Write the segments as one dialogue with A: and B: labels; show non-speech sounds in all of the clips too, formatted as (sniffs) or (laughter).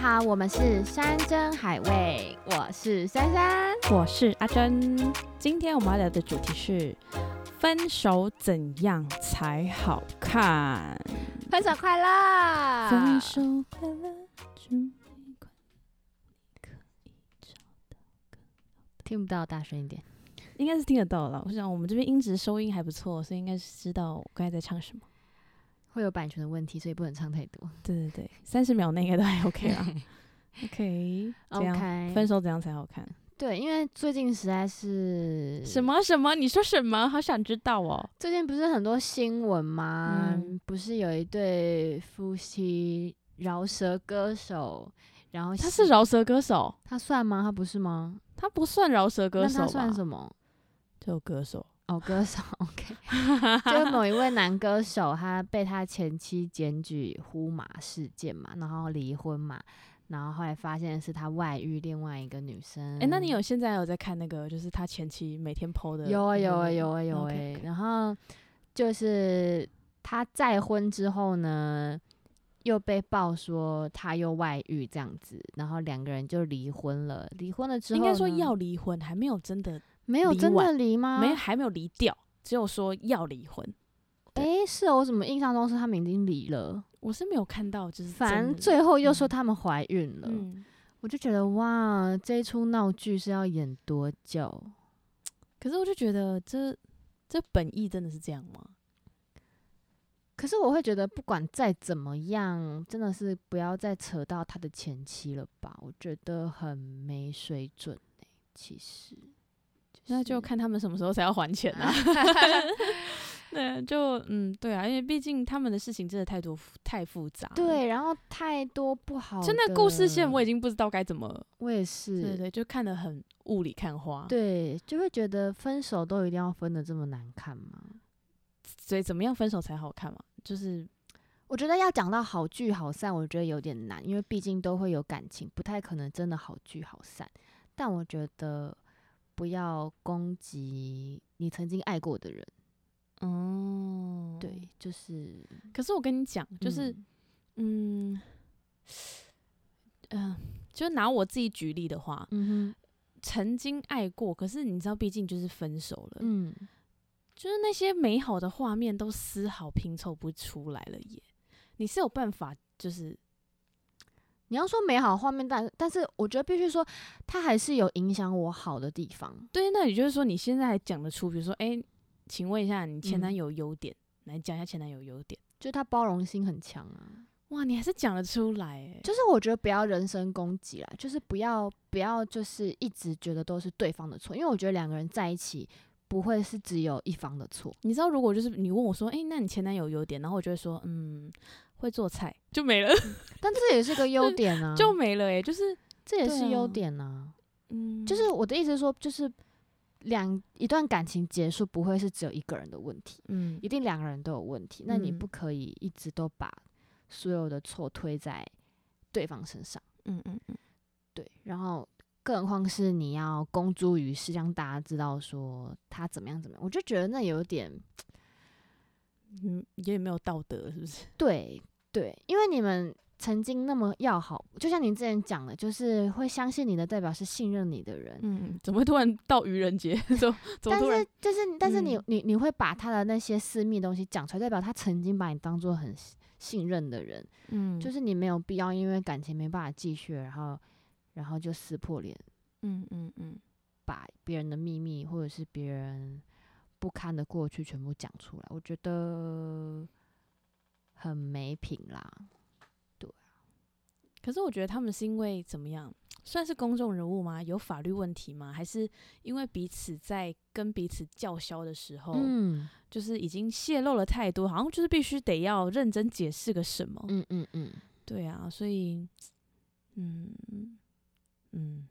A: 好，我们是山珍海味，我是珊珊。
B: 我是阿珍，今天我们要聊的主题是分手怎样才好看？
A: 分手快乐！
B: 分手快乐，祝你快乐，你可以找
A: 听不到，大声一点。
B: 到，应该是听得到了。我想我们这边音质收音还不错，所以应该是知道我刚才在唱什么。
A: 会有版权的问题，所以不能唱太多。
B: 对对对，三十秒内应该都还
A: (laughs)
B: OK 啦。OK，这样
A: OK
B: 分手怎样才好看？
A: 对，因为最近实在是
B: 什么什么？你说什么？好想知道哦。
A: 最近不是很多新闻吗？
B: 嗯
A: 不是有一对夫妻饶舌歌手，然后
B: 他是
A: 饶
B: 饶舌歌手，
A: 他算吗？他不是吗？
B: 他不算饶舌歌手
A: 那
B: 吧？
A: 他算什么？
B: 就歌手。 (laughs)
A: 哦，歌手，OK，就某一位男歌手，他被他前妻检举呼马事件嘛，然后离婚嘛，然后后来发现是他外遇另外一个女生。
B: 哎、那你有现在有在看那个，就是他前期每天 PO 的？
A: 嗯有啊有啊有啊有哎、
B: OK，OK
A: 然后就是他再婚之后呢，又被爆说他又外遇这样子，然后两个人就离婚了。离婚了之后
B: 应
A: 呢，啊
B: 该说要离婚，还没有真的，
A: 没有
B: 离
A: 真的
B: 完
A: 离吗？
B: 没还没有离掉，只有说要离婚。
A: 哎、是哦，我怎么印象中是他们已经离了？
B: 我是没有看到，就是
A: 反正
B: 真的
A: 最后又说
B: 嗯
A: 他们怀孕了，
B: 嗯，
A: 我就觉得哇，这一出闹剧是要演多久？
B: 可是我就觉得这这本意真的是这样吗？
A: 可是我会觉得，不管再怎么样，真的是不要再扯到他的前妻了吧？我觉得很没水准、欸、其实，
B: 那就是看他们什么时候才要还钱
A: (laughs)
B: 啊。对，就嗯，对啊，因为毕竟他们的事情真的太多复太复杂。，
A: 对，然后太多不好的，
B: 就那故事线我已经不知道该怎么。
A: 我也
B: 对对
A: 是，
B: 对，就看得很雾里看花。
A: 对，就会觉得分手都一定要分的这么难看吗？
B: 所以怎么样分手才好看嘛？就是
A: 我觉得要讲到好聚好散，我觉得有点难，因为毕竟都会有感情，不太可能真的好聚好散。但我觉得不要攻击你曾经爱过的人，
B: 哦，
A: 对，就是
B: 可是我跟你讲，就是
A: 嗯
B: 嗯，嗯、就拿我自己举例的话，
A: 嗯
B: 曾经爱过，可是你知道，毕竟就是分手了，
A: 哼嗯，
B: 就是那些美好的画面都丝毫拼凑不出来了耶。你是有办法，就是
A: 你要说美好画面，但但是我觉得必须说，它还是有影响我好的地方。
B: 对，那也就是说，你现在还讲得出，比如说，哎、请问一下，你前
A: 嗯
B: 男友优点，来讲一下前男友优点。
A: 就他包容性很强啊，
B: 哇，你还是讲得出来耶，
A: 就是我觉得不要人身攻击啦，就是不要不要就是一直觉得都是对方的错，因为我觉得两个人在一起不会是只有一方的错，
B: 你知道，如果就是你问我说，哎、那你前男友优点，然后我就会说，嗯，会做菜，嗯就没了，
A: 但这也是个
B: (laughs)
A: 优点啊，
B: 就没了、诶，就是，
A: 这也是
B: 对啊
A: 优点啊。
B: 嗯，
A: 就是，我的意思是说，就是两一段感情结束不会是只有一个人的问题，
B: 嗯
A: 一定两个人都有问题。那你
B: 嗯
A: 不可以一直都把所有的错推在对方身上，
B: 嗯嗯嗯，
A: 对，然后。更何况是你要公诸于世，让大家知道说他怎么样怎么样，我就觉得那有点
B: 嗯，也没有道德，是不是？
A: 对对，因为你们曾经那么要好，就像你之前讲的，就是会相信你的代表是信任你的人，
B: 嗯，怎么会突然到愚人节？ (laughs) 怎么怎么
A: 但
B: 突然
A: 是？就是但是你、
B: 嗯
A: 你你会把他的那些私密的东西讲出来，代表他曾经把你当做很信信任的人，
B: 嗯，
A: 就是你没有必要因为感情没办法继续，然后然后就撕破脸，
B: 嗯嗯嗯，
A: 把别人的秘密或者是别人不堪的过去全部讲出来，我觉得很没品啦。
B: 可是我觉得他们是因为怎么样，算是公众人物吗？有法律问题吗？还是因为彼此在跟彼此叫嚣的时候，
A: 嗯
B: 就是已经泄露了太多，好像就是必须得要认真解释个什么？
A: 嗯嗯嗯，
B: 对啊，所以，嗯嗯，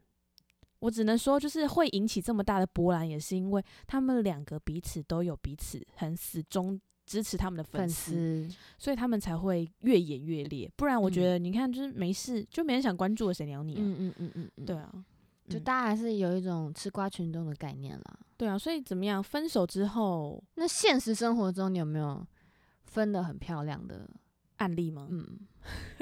B: 我只能说，就是会引起这么大的波澜，也是因为他们两个彼此都有彼此很死忠支持他们的
A: 粉
B: 粉丝，
A: 丝。
B: 所以他们才会越演越烈。不然，我觉
A: 嗯
B: 得你看，就是没事，就没人想关注了，谁鸟你啊？
A: 嗯嗯嗯嗯嗯，
B: 对，啊，
A: 就
B: 嗯
A: 大家还是有一种吃瓜群众的概念啦。
B: 对啊，所以怎么样？分手之后，
A: 那现实生活中你有没有分的很漂亮的
B: 案例吗？ (laughs)
A: 嗯，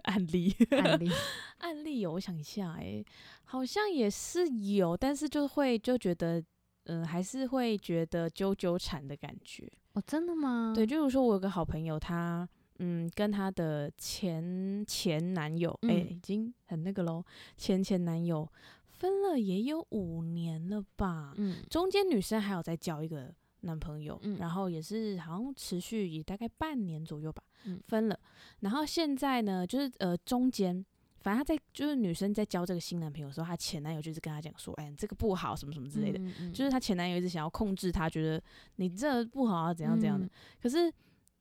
B: 案例，
A: 案
B: (laughs)
A: 例
B: 案例有，我想一下、欸，哎，好像也是有，但是就会就觉得，嗯、还是会觉得纠纠缠的感觉。
A: 哦，真的吗？
B: 对，就如说我有个好朋友，她嗯跟她的前前男友，哎、
A: 嗯
B: 已经很那个喽，前前男友分了也有五年了吧，
A: 嗯，
B: 中间女生还有再交一个男朋友，
A: 嗯
B: 然后也是好像持续也大概半年左右吧，
A: 嗯
B: 分了。然后现在呢，就是呃中间，反正她在就是女生在交这个新男朋友的时候，她前男友就是跟她讲说，哎，你这个不好，什么什么之类的。
A: 嗯，嗯
B: 就是她前男友一直想要控制她，觉得你这不好啊，怎样怎
A: 嗯
B: 样的。，可是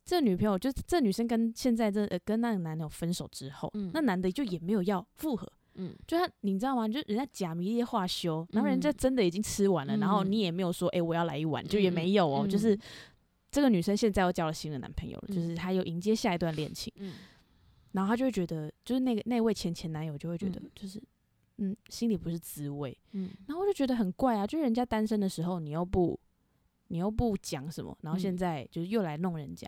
B: 这女朋友就是这女生跟现在这、呃、跟那个男友分手之后，
A: 嗯
B: 那男的就也没有要复合，
A: 嗯
B: 就他你知道吗？就人家假迷恋话休，然后人家
A: 嗯
B: 真的已经吃完了，然后
A: 嗯
B: 你也没有说哎、诶我要来一碗，就
A: 嗯
B: 也
A: 嗯
B: 没有哦，
A: 嗯
B: 就是。这个女生现在又交了新的男朋友了，就
A: 嗯
B: 是她又迎接下一段恋情，
A: 嗯
B: 然后她就会觉得，就是那个那位前前男友就会觉得
A: 嗯，
B: 就是嗯，心里不是滋味，
A: 嗯
B: 然后我就觉得很怪啊，就是人家单身的时候，你又不，你又不讲什么，然后现
A: 嗯
B: 在就是又来弄人家，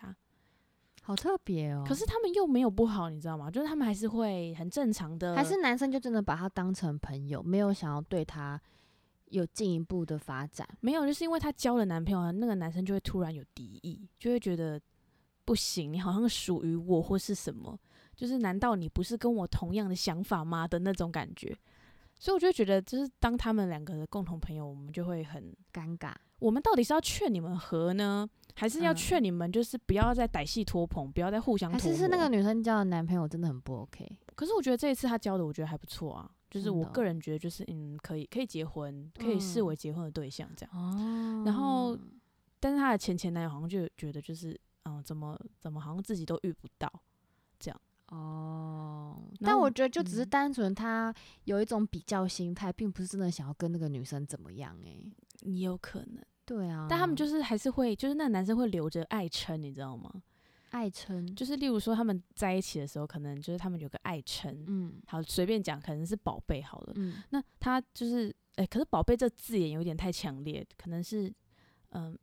A: 好特别哦。
B: 可是他们又没有不好，你知道吗？就是他们还是会很正常的，
A: 还是男生就真的把他当成朋友，没有想要对他有进一步的发展。
B: 没有，就是因为她交了男朋友，那个男生就会突然有敌意，就会觉得不行，你好像属于我或是什么，就是难道你不是跟我同样的想法吗的那种感觉？所以我就觉得，就是当他们两个的共同朋友，我们就会很
A: 尴尬，
B: 我们到底是要劝你们和呢，还是要
A: 嗯
B: 劝你们就是不要再歹戏拖棚，不要再互相
A: 还
B: 拖
A: 是
B: 磨？
A: 是那个女生交的男朋友真的很不 OK。
B: 可是我觉得这一次他教的，我觉得还不错啊。就是
A: 真的
B: 我
A: 哦
B: 个人觉得，就是嗯，可以可以结婚，可以视
A: 嗯
B: 为结婚的对象这样。
A: 哦
B: 然后但是她的前前男友好像就觉得，就是嗯，怎么怎么好像自己都遇不到。
A: 哦，
B: 然
A: 但
B: 后
A: 我觉得就只是
B: 嗯
A: 单纯他有一种比较心态，并不是真的想要跟那个女生怎么样哎、
B: 也有可能，
A: 对啊，
B: 但他们就是是还是会，就是那个男生会留着爱称，你知道吗？
A: 爱称，
B: 就是例如说他们在一起的时候，可能就是他们有个爱称，
A: 嗯
B: 好随便讲，可能是宝贝好了。
A: 嗯
B: 那他就是，哎、可是宝贝这字眼有点太强烈，可能是，嗯、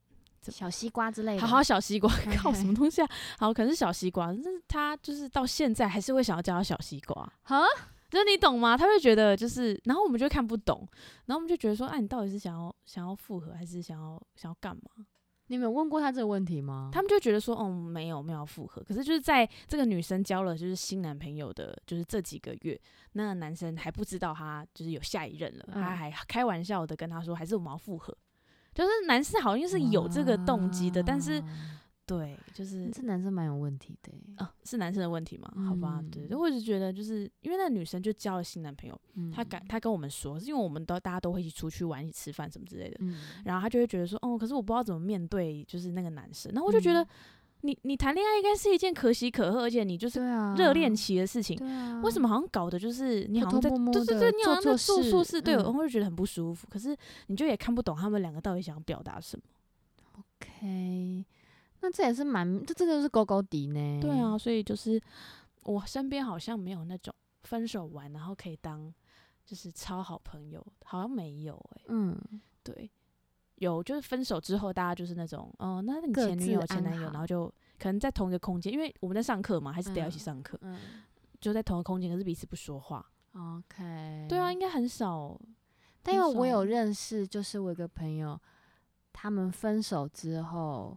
B: 怎
A: 小西瓜之类的，
B: 好好小西瓜，
A: 嗨
B: 靠
A: 嗨
B: 什么东西啊？好，可能是小西瓜，但是他就是到现在还是会想要叫他小西瓜，
A: 哈，
B: 就是你懂吗？他会觉得就是，然后我们就看不懂，然后我们就觉得说，哎、你到底是想要想要复合，还是想要想要干嘛？
A: 你们有问过他这个问题吗？
B: 他们就觉得说，哦，没有没有要复合，可是就是在这个女生交了就是新男朋友的，就是这几个月，那男生还不知道他就是有下一任了，
A: 嗯
B: 他还开玩笑的跟他说，还是我们要复合。就是男生好像是有这个动机的，但是
A: 哇
B: 对，就是
A: 嗯这男生蛮有问题的欸、
B: 啊，是男生的问题吗？好吧，对，
A: 嗯
B: 我只是觉得就是因为那女生就交了新男朋友，
A: 嗯
B: 她敢，她跟我们说，是因为我们都大家都会一起出去玩、一起吃饭什么之类的，
A: 嗯，
B: 然后她就会觉得说，哦，可是我不知道怎么面对，就是那个男生，然后我就觉得、
A: 嗯
B: 你你谈恋爱应该是一件可喜可贺，而且你就是
A: 对啊，
B: 热恋，期的事情。
A: 对啊，
B: 为什么好像搞的就是你好像在
A: 偷偷摸摸
B: 对
A: 地
B: 对对，你好像在
A: 做
B: 做
A: 错
B: 错
A: 事
B: 事，对，
A: 嗯
B: 我会觉得很不舒服。可是你就也看不懂他们两个到底想要表达什么。
A: ？OK，那这也是蛮，这这就是狗狗底呢。
B: 对啊，，所以就是我身边好像没有那种分手完然后可以当就是超好朋友，好像没有欸诶、
A: 嗯，
B: 对，有就是分手之后大家就是那种，哦、那你
A: 各
B: 前女
A: 自
B: 友前
A: 安
B: 男友，
A: 好
B: 然后就可能在同一个空间，因为我们在上课嘛，还是得要一
A: 嗯
B: 起上课，
A: 嗯
B: 就在同一个空间，可是彼此不说话。
A: ，OK，
B: 对啊，应该很少。
A: 但因
B: 很
A: 为我
B: 少
A: 有认识，就是我有个朋友，他们分手之后，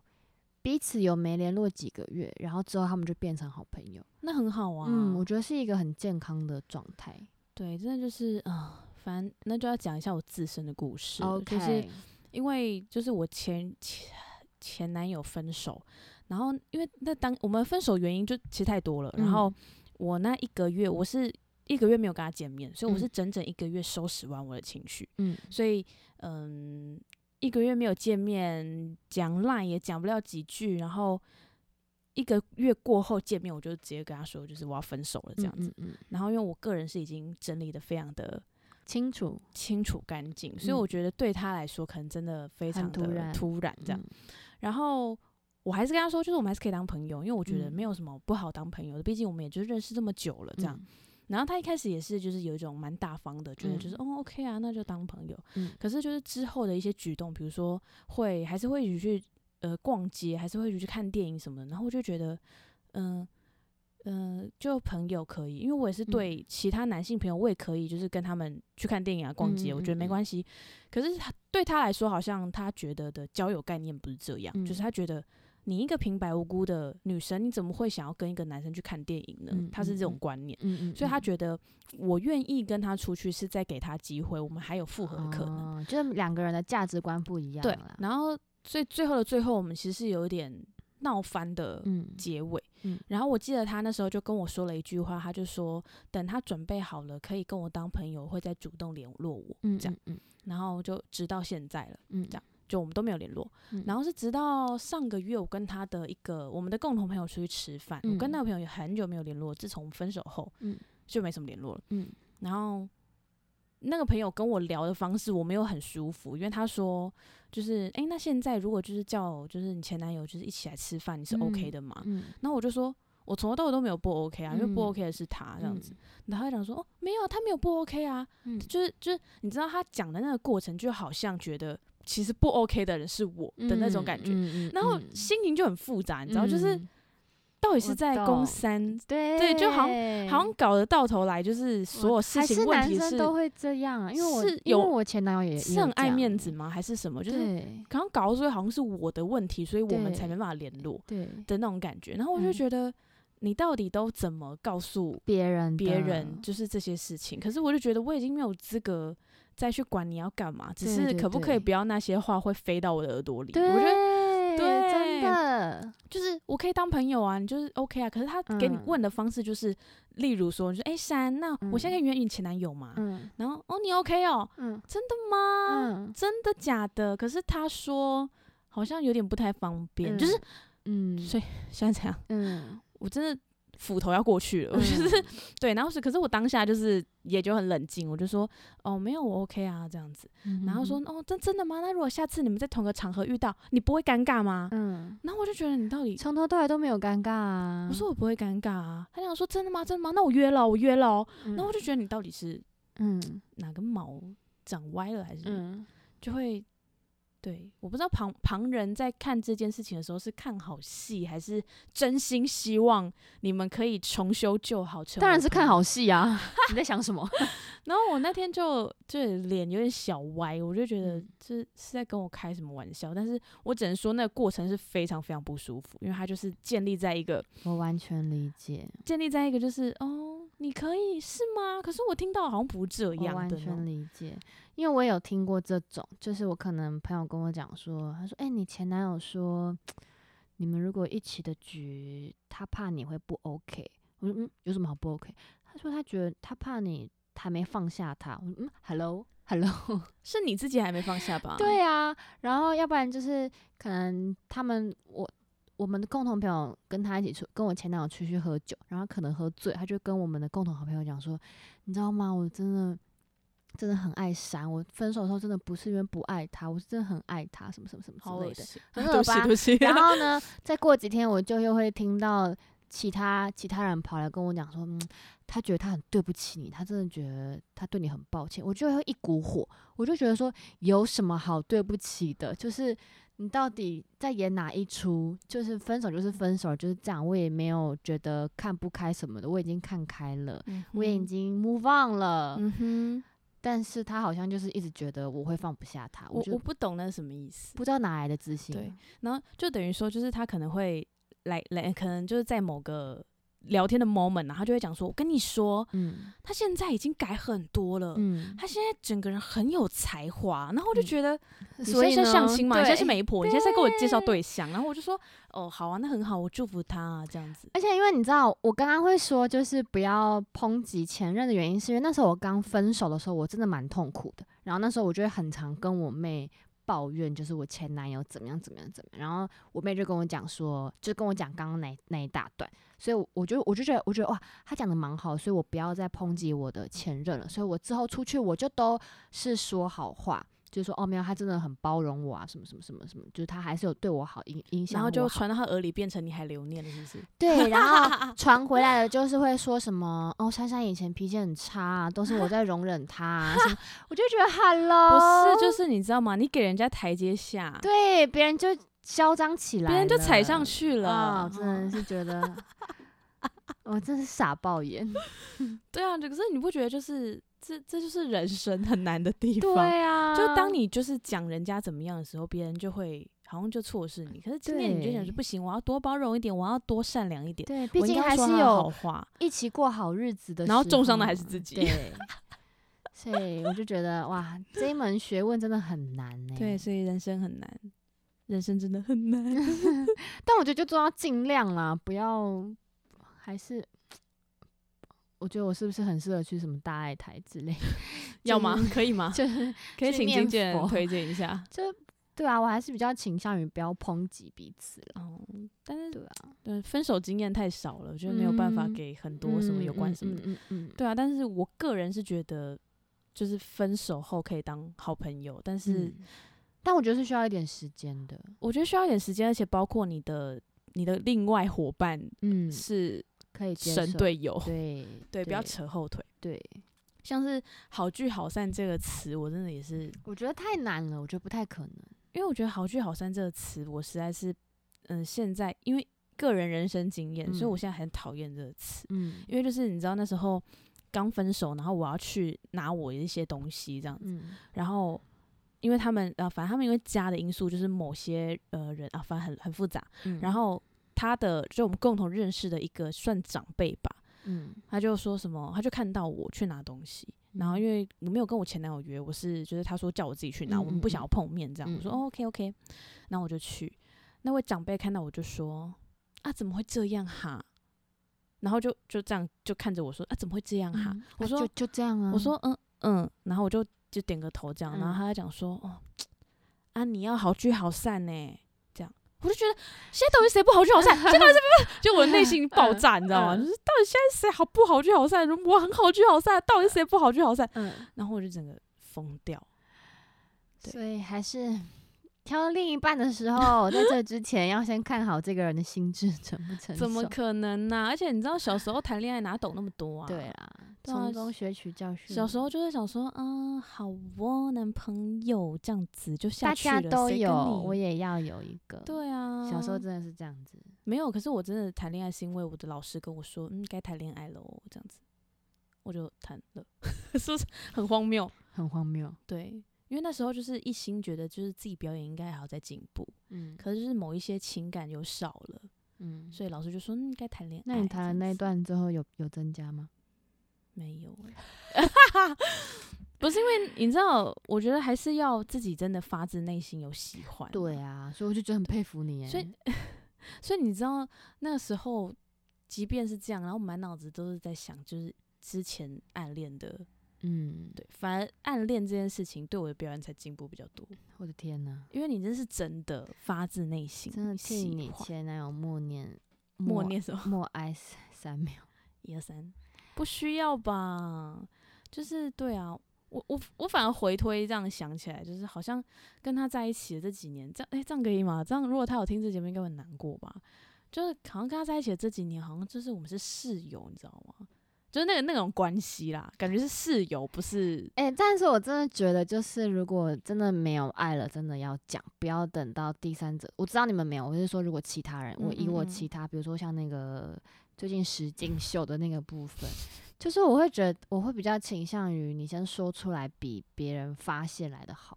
A: 彼此有没联络几个月，然后之后他们就变成好朋友。
B: 那很好啊，
A: 嗯，我觉得是一个很健康的状态。
B: 对，真的就是啊、反正那就要讲一下我自身的故事了就是
A: ，OK，
B: 因为就是我前前前男友分手，然后因为那当我们分手原因就其实太多了，然后我那一个月我是一个月没有跟他见面，所以我是
A: 嗯
B: 整整一个月收拾完我的情绪，
A: 嗯
B: 所以嗯，一个月没有见面，讲烂也讲不了几句，然后一个月过后见面，我就直接跟他说，就是我要分手了这样子。
A: 嗯嗯嗯
B: 然后因为我个人是已经整理的非常的
A: 清楚，
B: 清楚干净，所以我
A: 嗯
B: 觉得对他来说可能真的非
A: 很
B: 常
A: 突
B: 的
A: 然
B: 突然这样。
A: 嗯
B: 然后我还是跟他说，就是我们还是可以当朋友，因为我觉
A: 嗯
B: 得
A: 嗯
B: 没有什么不好当朋友的，毕竟我们也就认识这么久了这样。，然后他一开始也是就是有一种蛮大方的，觉得就是、哦 OK 啊，那就当朋友。
A: 嗯
B: 可是就是之后的一些举动，比如说会还是会一起去呃逛街，还是会一起去看电影什么的，然后我就觉得嗯。嗯、就朋友可以，因为我也
A: 嗯
B: 是对其他男性朋友，我也可以，就是跟他们去看电影啊、逛街，
A: 嗯
B: 我觉得
A: 嗯嗯
B: 没关系。可是他对他来说，好像他觉得的交友概念不是这样，就是
A: 嗯
B: 他觉得你一个平白无故的女生，你怎么会想要跟一个男生去看电影呢？
A: 嗯
B: 他是
A: 嗯
B: 这种
A: 嗯
B: 观念，
A: 嗯嗯，
B: 所以他
A: 得
B: 觉得我愿意跟他出去，是在给他机会，我们还有复合的可能。
A: 哦、就是两个人的价值观不一样
B: 对
A: 啦，
B: 然后所以最后的最后，我们其实是有一点闹翻的
A: 嗯
B: 结尾。
A: 嗯
B: 然后我记得他那时候就跟我说了一句话，他就说等他准备好了，可以跟我当朋友，会再主动联络我。
A: 嗯
B: 这样，
A: 嗯
B: 然后就直到现在了，
A: 嗯
B: 这样就我们都没有联络。
A: 嗯
B: 然后是直到上个月，我跟他的一个我们的共同朋友出去吃饭，我跟那个朋友也很久没有联络，自从分手后，
A: 嗯
B: 就没什么联络了。
A: 嗯
B: 然后那个朋友跟我聊的方式，我没有很舒服，因为他说就是，诶，那现在如果就是叫就是你前男友就是一起来吃饭，你是
A: 嗯
B: OK 的吗？
A: 嗯，
B: 然后我就说。我从头到尾都没有不 OK 啊，因为不
A: 嗯
B: OK 的是他这样子，
A: 嗯，
B: 然后他讲说哦没有啊，他没有不 OK 啊，
A: 嗯
B: 就是就是你知道他讲的那个过程，就好像觉得其实不 OK 的人是我的那种感
A: 嗯
B: 觉，
A: 嗯嗯
B: 然后
A: 嗯
B: 心情就很复杂，你知道，就是
A: 嗯
B: 到底
A: 我
B: 是在
A: 懂
B: 公三，
A: 对
B: 对就好好像搞得到头来就是所有事
A: 还
B: 情
A: 是
B: 问
A: 男
B: 题
A: 生都会这样啊，因为我
B: 是
A: 因
B: 有
A: 为我前男友也
B: 是很爱面子，吗？还是什么？
A: 也
B: 就
A: 有这
B: 是
A: 样对
B: 刚刚搞到最后好像是我的问题，所以我们才
A: 对
B: 没办法联络
A: 对
B: 的那种感觉。然后我就
A: 嗯
B: 觉得，你到底都怎么告诉
A: 别人
B: 别
A: 的
B: 人就是这些事情？可是我就觉得我已经没有资格再去管你要干嘛，只
A: 对
B: 是
A: 对
B: 可不可以
A: 对
B: 不要那些话会飞到我的耳朵里？
A: 对，
B: 我觉得对
A: 真的，
B: 就是我可以当朋友啊，你就是 OK 啊。可是他给你
A: 嗯
B: 问的方式就是，例如说，你说哎、珊，那我现在可以约你前男友吗？
A: 嗯
B: 然后哦，你 OK 哦，
A: 嗯
B: 真的吗？
A: 嗯
B: 真的假的？可是他说好像有点不太方便，
A: 嗯
B: 就是
A: 嗯，
B: 所以现在这样，
A: 嗯，
B: 我真的斧头要过去了，我就是、对，然后是，可是我当下就是也就很冷静，我就说哦，没有，我 OK 啊，这样子，
A: 嗯，
B: 然后说哦，真真的吗？那如果下次你们在同个场合遇到，你不会尴尬吗？
A: 嗯，
B: 然后我就觉得你到底。
A: 从头到尾都没有尴尬啊。
B: 我说我不会尴尬啊，他想说真的吗？真的吗？那我约了，我约了哦。
A: 嗯，
B: 然后我就觉得你到底是
A: 嗯
B: 哪根毛长歪了，还是
A: 嗯，
B: 就会对，我不知道旁旁人在看这件事情的时候是看好戏，还是真心希望你们可以重修旧好成。
A: 当然是看。好戏
B: (laughs)
A: 啊。你在想什么？
B: 然后我那天就就脸有点小歪，我就觉得
A: 嗯
B: 这是在跟我开什么玩笑。但是我只能说那个过程是非常非常不舒服，因为它就是建立在一个
A: 我完全理解，
B: 建立在一个就是哦，你可以是吗？可是我听到好像不是这
A: 我
B: 样
A: 完
B: 的呢
A: 全理解，因为我有听过这种，就是我可能朋友跟我讲说，他说：“哎、你前男友说，你们如果一起的局，他怕你会不 OK。”我说：“嗯，有什么好不 OK？” 他说：“他觉得他怕你还没放下他。”我说：“嗯，Hello，Hello。 (laughs)
B: 是你自己还没放下吧？
A: 对啊，然后要不然就是可能他们我我们的共同朋友跟他一起出，跟我前男友出去喝酒，然后可能喝醉，他就跟我们的共同好朋友讲说，你知道吗？我真的真的很爱闪，我分手的时候真的不是因为不爱他，我是真的很爱他，什么什么什么
B: 好
A: 之类
B: 恶
A: 的。
B: 心，
A: 很
B: (laughs) 对不
A: 恶
B: 起
A: 吧
B: 对不起。 (laughs)
A: 然后呢，再过几天我就又会听到其他其他人跑来跟我讲说，嗯，他觉得他很对不起你，他真的觉得他对你很抱歉。我就会一股火，我就觉得说有什么好对不起的？就是你到底在演哪一出？就是分手就是分手，就是这样。我也没有觉得看不开什么的，我已经看开了，
B: 嗯
A: 我也已
B: 哼
A: 经 move on 了。
B: 嗯哼，
A: 但是他好像就是一直觉得我会放不下他，我
B: 我我
A: 就
B: 不懂那是什么意思。
A: 不知道哪来的自信。
B: 对然后就等于说，就是他可能会来来，可能就是在某个聊天的 moment，然后他就会讲说：“我跟你说，
A: 嗯
B: 他现在已经改很多了，
A: 嗯，
B: 他现在整个人很有才华。”然后我就
A: 嗯
B: 觉得，你
A: 所以
B: 现在是
A: 呢
B: 相亲嘛，你现在
A: 哦对
B: 是媒婆，你现在在给我介绍
A: 对
B: 对象，然后我就说：“哦，好啊，那很好，我祝福他啊，这样子。”
A: 而且因为你知道，我刚刚会说就是不要抨击前任的原因，是因为那时候我刚分手的时候，我真的蛮痛苦的。然后那时候我就会很常跟我妹抱怨，就是我前男友怎么样怎么样怎么样。然后我妹就跟我讲说，就跟我讲刚刚那那一大段。所以我我就我就觉得我觉得哇，他讲的蛮好，所以我不要再抨击我的前任了。所以我之后出去我就都是说好话。就是说哦，没有，他真的很包容我啊，什么什么什么什么，就是他还是有对我好，影影响
B: 然后
A: 我
B: 就
A: 好
B: 传到他耳里，变成你还留念了，是不是？
A: 对，然
B: (laughs)
A: 后传回来的就是会说什么哦，珊珊以前脾气很差、啊，都是我在容忍她、啊，什么我就
B: (laughs)
A: 觉得 hello，
B: 不是，就是你知道吗？你给人家台阶下，
A: 哦对别人就嚣张起来，嗯哦
B: 别人就踩上去了。 (laughs)
A: 啊、真
B: 嗯
A: 的是觉得我真是傻爆眼。
B: 对啊，可是你不觉得就是这这就是人生很难的地方？
A: 对啊，
B: 就当你就是讲人家怎么样的时候，别人就会好像就错视你。可是今天你就想说
A: 对
B: 不行，我要多包容一点，我要多善良一点，
A: 对，毕
B: 我应
A: 竟
B: 该
A: 还
B: 说
A: 是
B: 他的好
A: 有
B: 话。
A: 一起过好日子的时候，
B: 然后重伤的还是自己
A: 对，所以我就觉得哇，这一门学问真的很难欸呢、
B: 对，，所以人生很难，人生真的
A: (laughs)
B: 很难。
A: 但我觉得就做到尽量啦，不要还是。我觉得我是不是很适合去什么大爱台之类的？
B: 要吗？可以吗？
A: 就是
B: 可以
A: 去
B: 请
A: 念
B: 经纪人
A: 佛
B: 推荐一
A: (laughs)
B: 下。
A: 就对啊，我还是比较倾向于不要抨击彼此了。
B: 哦，但是
A: 对啊，
B: 嗯，分手经验太少了，我觉得没有办法
A: 嗯
B: 给很多什么有关什么的。
A: 嗯嗯嗯嗯
B: 对啊，但是我个人是觉得，就是分手后可以当好朋友，但是
A: 嗯但我觉得是需要一点时间的。
B: 我觉得需要一点时间，而且包括你的你的另外伙伴
A: 嗯，
B: 是
A: 可以接
B: 神
A: 受
B: 队友，
A: 对
B: 对，不要扯后腿。
A: 对，
B: 像是“好聚好散”这个词，我真的也是，
A: 我觉得太难了，我觉得不太可能。
B: 因为我觉得“好聚好散”这个词，我实在是，嗯、现在因为个人人生经验，所以我
A: 嗯
B: 现在很讨厌这个词。
A: 嗯
B: 因为就是你知道那时候刚分手，然后我要去拿我一些东西这样子，
A: 嗯
B: 然后因为他们呃，反正他们因为家的因素，就是某些呃人啊，反正很很复杂。
A: 嗯
B: 然后他的就我们共同认识的一个算长辈吧，
A: 嗯
B: 他就说什么，他就看到我去拿东西。然后因为我没有跟我前男友约，我是就是他说叫我自己去拿，
A: 嗯
B: 我们不
A: 嗯
B: 想要碰面这样。我说、
A: 嗯
B: 哦、OK OK，那我就去。那位长辈看到我就说啊怎么会这样哈？然后就就这样就看着我说啊怎么会这样哈？
A: 嗯
B: 我
A: 啊
B: 说
A: 就就这样啊，
B: 我说嗯嗯，然后我就就点个头这样，然后
A: 嗯
B: 他就讲说哦啊你要好聚好散呢、这样我就觉得现在到底谁不好聚好散？ (laughs) 现在到底谁不就我内心爆炸，你知道吗？
A: 嗯
B: 就是到底现在谁好不好聚好散？我很好聚好散，到底谁不好聚好散？
A: 嗯，
B: 然后我就整个疯掉。对
A: 所以还是。挑另一半的时候，在这之前要先看好这个人的心智成不成熟。
B: 怎么可能呢、而且你知道，小时候谈恋爱哪懂那么多啊？
A: 对啦，
B: 对啊
A: 从中学取教训。
B: 小时候就会想说，嗯，好哦，男朋友这样子就下
A: 大
B: 去
A: 家
B: 了，
A: 都
B: 谁跟
A: 有，
B: 你
A: 我也要有一个。、
B: 对啊，
A: 小时候真的是这样子。
B: 没有，可是我真的谈恋爱是因为我的老师跟我说，嗯，该谈恋爱喽，这样子，我就谈了， (laughs) 是不是很荒谬？
A: 很荒谬。
B: 对，因为那时候就是一心觉得就是自己表演应该还要再进步，
A: 嗯
B: 可是就是某一些情感有少了，
A: 嗯，
B: 所以老师就说，嗯，该谈恋爱。
A: 那你谈了
B: 这
A: 那
B: 样
A: 一
B: 子
A: 段之后有有增加吗？
B: 没有欸？ (laughs) 不是因为你知道，我觉得还是要自己真的发自内心有喜欢。
A: 对啊，所以我就觉得很佩服你耶。
B: 所以 (laughs) 所以你知道那个时候，即便是这样，然后满脑子都是在想，就是之前暗恋的，
A: 嗯，
B: 对，反而暗恋这件事情对我的表演才进步比较多，
A: 我的天哪，
B: 因为你真是真的发自内心
A: 真的替
B: 喜
A: 你
B: 欢，
A: 前男友默念
B: 默念什么
A: 默哀三三秒。
B: 一二三，不需要吧？就是对啊。我我我反而回推这样想起来，就是好像跟他在一起的这几年，这样哎、这样可以吗？这样如果他有听这节目，应该会很难过吧？就是好像跟他在一起的这几年，好像就是我们是室友，你知道吗？就是那个那种关系啦，感觉是室友，不是
A: 哎、但是我真的觉得，就是如果真的没有爱了，真的要讲，不要等到第三者。我知道你们没有，我是说，如果其他人，我
B: 嗯
A: 以
B: 嗯
A: 我
B: 嗯
A: 其他，比如说像那个最近石进秀的那个部分，就是我会觉得，我会比较倾向于你先说出来，比别人发现来的好。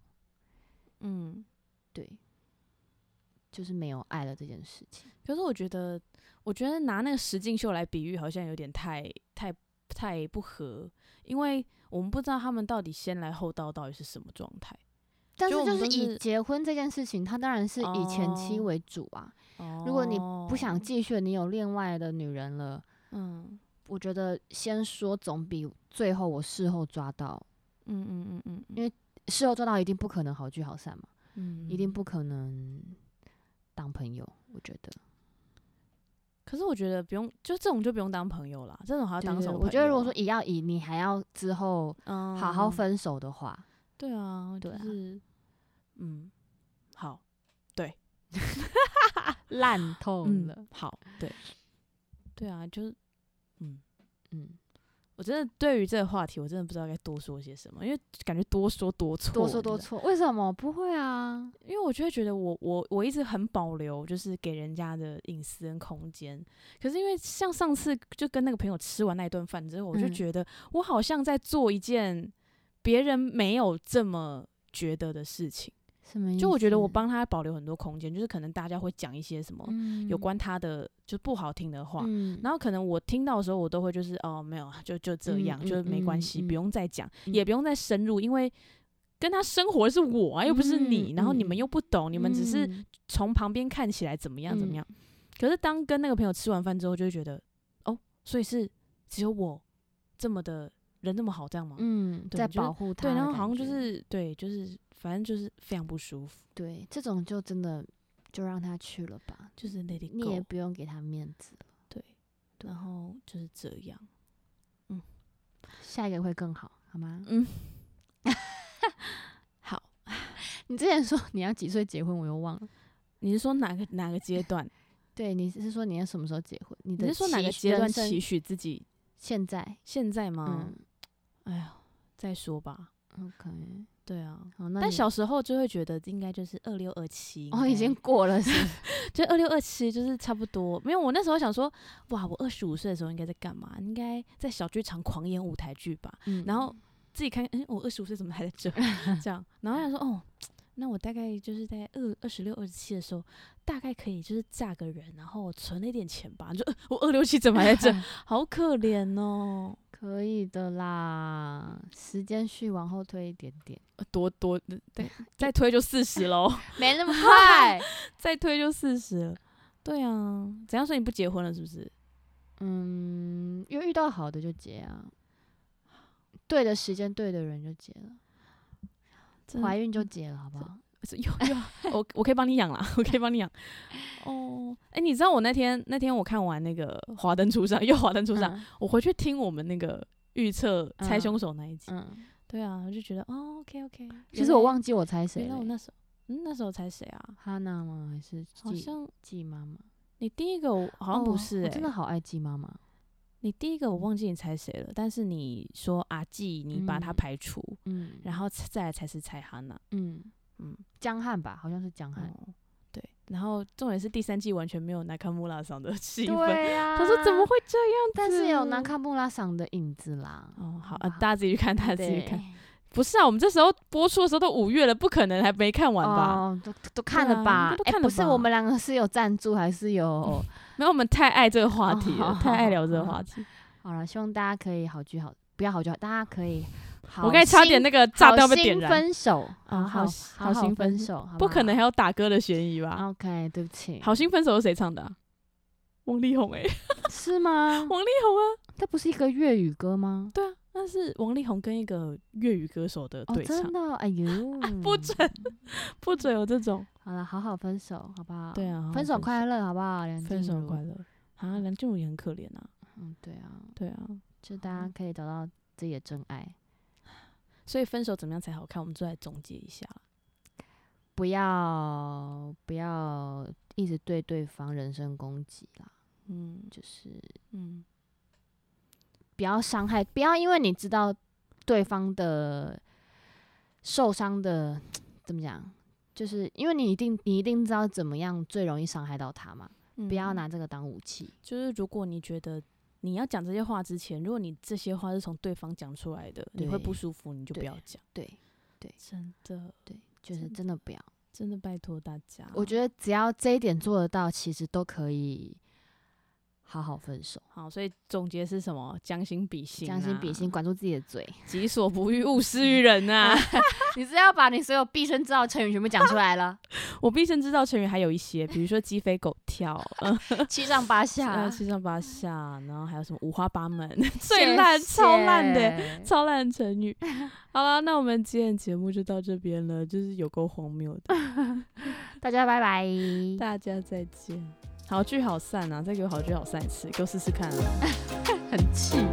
B: 嗯。
A: 对，就是没有爱了这件事情。
B: 可是我觉得，我觉得拿那个石进秀来比喻，好像有点太太太不合，因为我们不知道他们到底先来后到到底是什么状态。
A: 但
B: 就是我
A: 就
B: 们
A: 是
B: 都
A: 以
B: 是
A: 结婚这件事情，它当然是以前妻
B: 哦
A: 为主啊。
B: 哦
A: 如果你不想，继续，你有另外的女人了，
B: 嗯
A: 我觉得先说总比最后我事后抓到，
B: 嗯嗯嗯嗯嗯，
A: 因为事后抓到一定不可能好聚好散嘛，
B: 嗯
A: 一定。不可能当朋友。我觉得，
B: 可是我觉得不用，就这种就不用当朋友啦，这种还要
A: 对
B: 啊当
A: 对
B: 什么、
A: 我觉得如果说，以要以你还要之后
B: 嗯，
A: 好好，分手的
B: (sniffs)
A: 话，
B: 对啊，
A: 对啊
B: 就是，嗯，好，
A: 烂、透
B: 嗯
A: 了。， (laughs)
B: 好，对，对啊，就是，嗯，
A: 嗯，
B: 我我真的对于这个话题，我真的不知道该多说些什么，因为感觉多说多错，
A: 多说多
B: 你知道，
A: 错，为什么不会啊？
B: 因为我就会觉得我我我一直很保留，就是给人家的隐私跟空间。可是因为像上次就跟那个朋友吃完那一顿饭之后，我就
A: 嗯
B: 觉得我好像在做一件别人没有这么觉得的事情，
A: 什么意思？
B: 就我觉得我帮他保留很多空间，就是可能大家会讲一些什么
A: 嗯
B: 有关他的就不好听的话，
A: 嗯
B: 然后可能我听到的时候，我都会就是哦，没有啊，就就这
A: 嗯
B: 样，就
A: 嗯
B: 没关
A: 嗯
B: 系，
A: 嗯
B: 不用再讲，
A: 嗯
B: 也不用再深入，因为跟他生活的是我啊，又不是你，
A: 嗯
B: 然后你
A: 嗯
B: 们又不懂，你们只是
A: 嗯
B: 从旁边看起来怎么样怎么
A: 嗯
B: 样。可是当跟那个朋友吃完饭之后，就会觉得哦，所以是只有我这么的人那么好这样吗？
A: 嗯，
B: 对
A: 在
B: 就是
A: 保护他
B: 对，
A: 的感觉，
B: 然后好像就是对，就是反正就是非常不舒服，
A: 对这种就真的就让他去了吧，
B: 就是 Lady
A: 你也
B: Go，
A: 不用给他面子了，
B: 对，然后就是这样。
A: 下一个会更好，好吗？ (laughs)
B: 嗯，好，
A: 你之前说你要几岁结婚，我又忘了。
B: 你是说哪个哪个阶段？
A: 对，你是说你要什么时候结婚？你
B: 你
A: 的
B: 是说哪
A: 期
B: 个阶段
A: 人生
B: 期许自己？
A: 现在，
B: 现在吗
A: 嗯？
B: 哎呀，再说吧。
A: ，OK，
B: 对啊，
A: 好，那
B: 但
A: 你
B: 小时候就会觉得应该就是二六二七，
A: 哦已经过了
B: (laughs)
A: 是不是
B: 就二六二七就是差不多。没有，我那时候想说，哇，我二十五岁的时候应该在干嘛？应该在小剧场狂演舞台剧吧。
A: 嗯
B: 然后自己看，嗯，我二十五岁怎么还在这？
A: (laughs)
B: 这样，然后想说，哦，那我大概就是在二二十六、二十七的时候，大概可以就是嫁个人，然后存了一点钱吧。就呃我二六七怎么还在这？ (laughs) 好可怜哦，
A: 啊可以的啦，时间序往后推一点点，
B: 呃多多
A: 嗯
B: (laughs) 对，再推就四十喽，
A: 没那么快。
B: (laughs) 再推就四十了。对啊，怎样说你不结婚了是不是？
A: (laughs) 嗯，因为遇到好的就结啊，对的时间对的人就结了，
B: 真的嗯
A: 怀孕就结了，好不好？
B: 是 (laughs) 有
A: (laughs)
B: 有，我我可以帮你养啦，我可以帮你养。哦，哎、你知道我那天那天我看完那个《华灯初上》，又《华灯初上》
A: 嗯
B: 我回去听我们那个预测猜
A: 嗯
B: 凶手那一集，
A: 嗯，
B: 对啊，我就觉得哦，OK OK。
A: 其实我忘嗯记我猜谁
B: 原来我
A: 了，
B: 那时候，嗯，那时候猜谁啊？
A: 哈娜吗？还是
B: 好
A: 季
B: 像
A: 季妈妈？
B: 你第一个我好像
A: 哦
B: 不是、
A: 我
B: 欸，
A: 真的好爱季妈妈。
B: 你第一个我忘记你猜谁了，但是你说阿纪，你把他
A: 嗯
B: 排除，
A: 嗯，
B: 然后再再来才是猜哈娜，
A: 嗯
B: 嗯，
A: 江汉吧，好像是江汉。
B: 哦，对，然后重点是第三季完全没有纳卡穆拉桑的气氛，
A: 对啊呀、
B: 他说怎么？会这样？
A: 但是有南
B: 子
A: 卡布拉赏的影子啦。
B: 哦，好
A: 好
B: 啊
A: 不，好
B: 大家自己去看，大家自己去
A: 对，
B: 看。不是啊，我们这时候播出的时候都五月了，不可能还没看完吧？
A: 哦，都都看
B: 对
A: 了
B: 啊
A: 吧嗯
B: 应该都？
A: 哎、
B: 看了
A: 不是，
B: 吧
A: 我们两个是有赞助还是有？
B: 没有，我们太爱这个话题了，
A: 哦
B: 太爱聊这个话题。
A: 好了，希望大家可以好聚好，不要好聚好，大家可以好。
B: 我刚才差点那个炸
A: 好
B: 弹被
A: 心
B: 点燃，
A: 分手
B: 啊
A: 好
B: 好
A: 好
B: 心
A: 好
B: 好心
A: 好
B: 分
A: 分手，好
B: 不可能
A: 好。
B: 还有打歌的嫌疑吧？
A: OK，对不起，
B: 好心分手是谁唱的啊、王
A: (laughs)
B: 力宏哎、
A: 是吗？
B: 王力宏啊，
A: 这不是一个粤语歌吗？
B: 对啊，那是王力宏跟一个粤语歌手的
A: 哦，
B: 对唱，，
A: 真的哦，哎呦
B: 不准。不准有这种。
A: 好了，好好分手，好不好？
B: 对啊，
A: 分手快乐，好不好？梁
B: 分
A: 静
B: 手
A: 茹
B: 快乐啊！梁静茹也很可怜啊，
A: 嗯，对啊，
B: 对啊，
A: 就大家可以找到自己的真爱，
B: 所以分手怎么样才好看？我们就来总结一下。
A: 不要不要一直对对方人身攻击啦，
B: 嗯
A: 就是
B: 嗯，
A: 不要伤害，不要因为你知道对方的受伤的怎么讲，就是因为你一定你一定知道怎么样最容易伤害到他嘛，不要
B: 嗯
A: 拿这个当武器。
B: 就是如果你觉得你要讲这些话之前，如果你这些话是从对方讲出来的，你会
A: 对
B: 不舒服，你就不
A: 对
B: 要讲。
A: 对
B: 真的，
A: 对，就是
B: 真的
A: 真的不要。
B: 真的拜托大家。
A: 我觉得只要这一点做得到，其实都可以好好分手，
B: 好，所以总结是什么？将心比心、嗯
A: 将心比心，，
B: 啊
A: 管住自己的
B: (laughs)
A: 嘴。
B: 己所不欲，勿施于人啊呐、
A: 你是要把你所有毕生知道的成语全部讲出来
B: (laughs)
A: 了，
B: (laughs) 我毕生知道成语还有一些，比如说鸡飞狗跳，呃
A: 七上八下
B: 呃，七上八下，然后还有什么五花八门， (laughs) 最烂超烂的。欸
A: 的。
B: 超烂的成语， (laughs) 好了，那我们今天的节目就到这边了，就是有够荒谬的，
A: 大家拜拜。
B: 大家再见，好聚好散啊，再给我好聚好散一次，给我试试看啊。
A: 很气。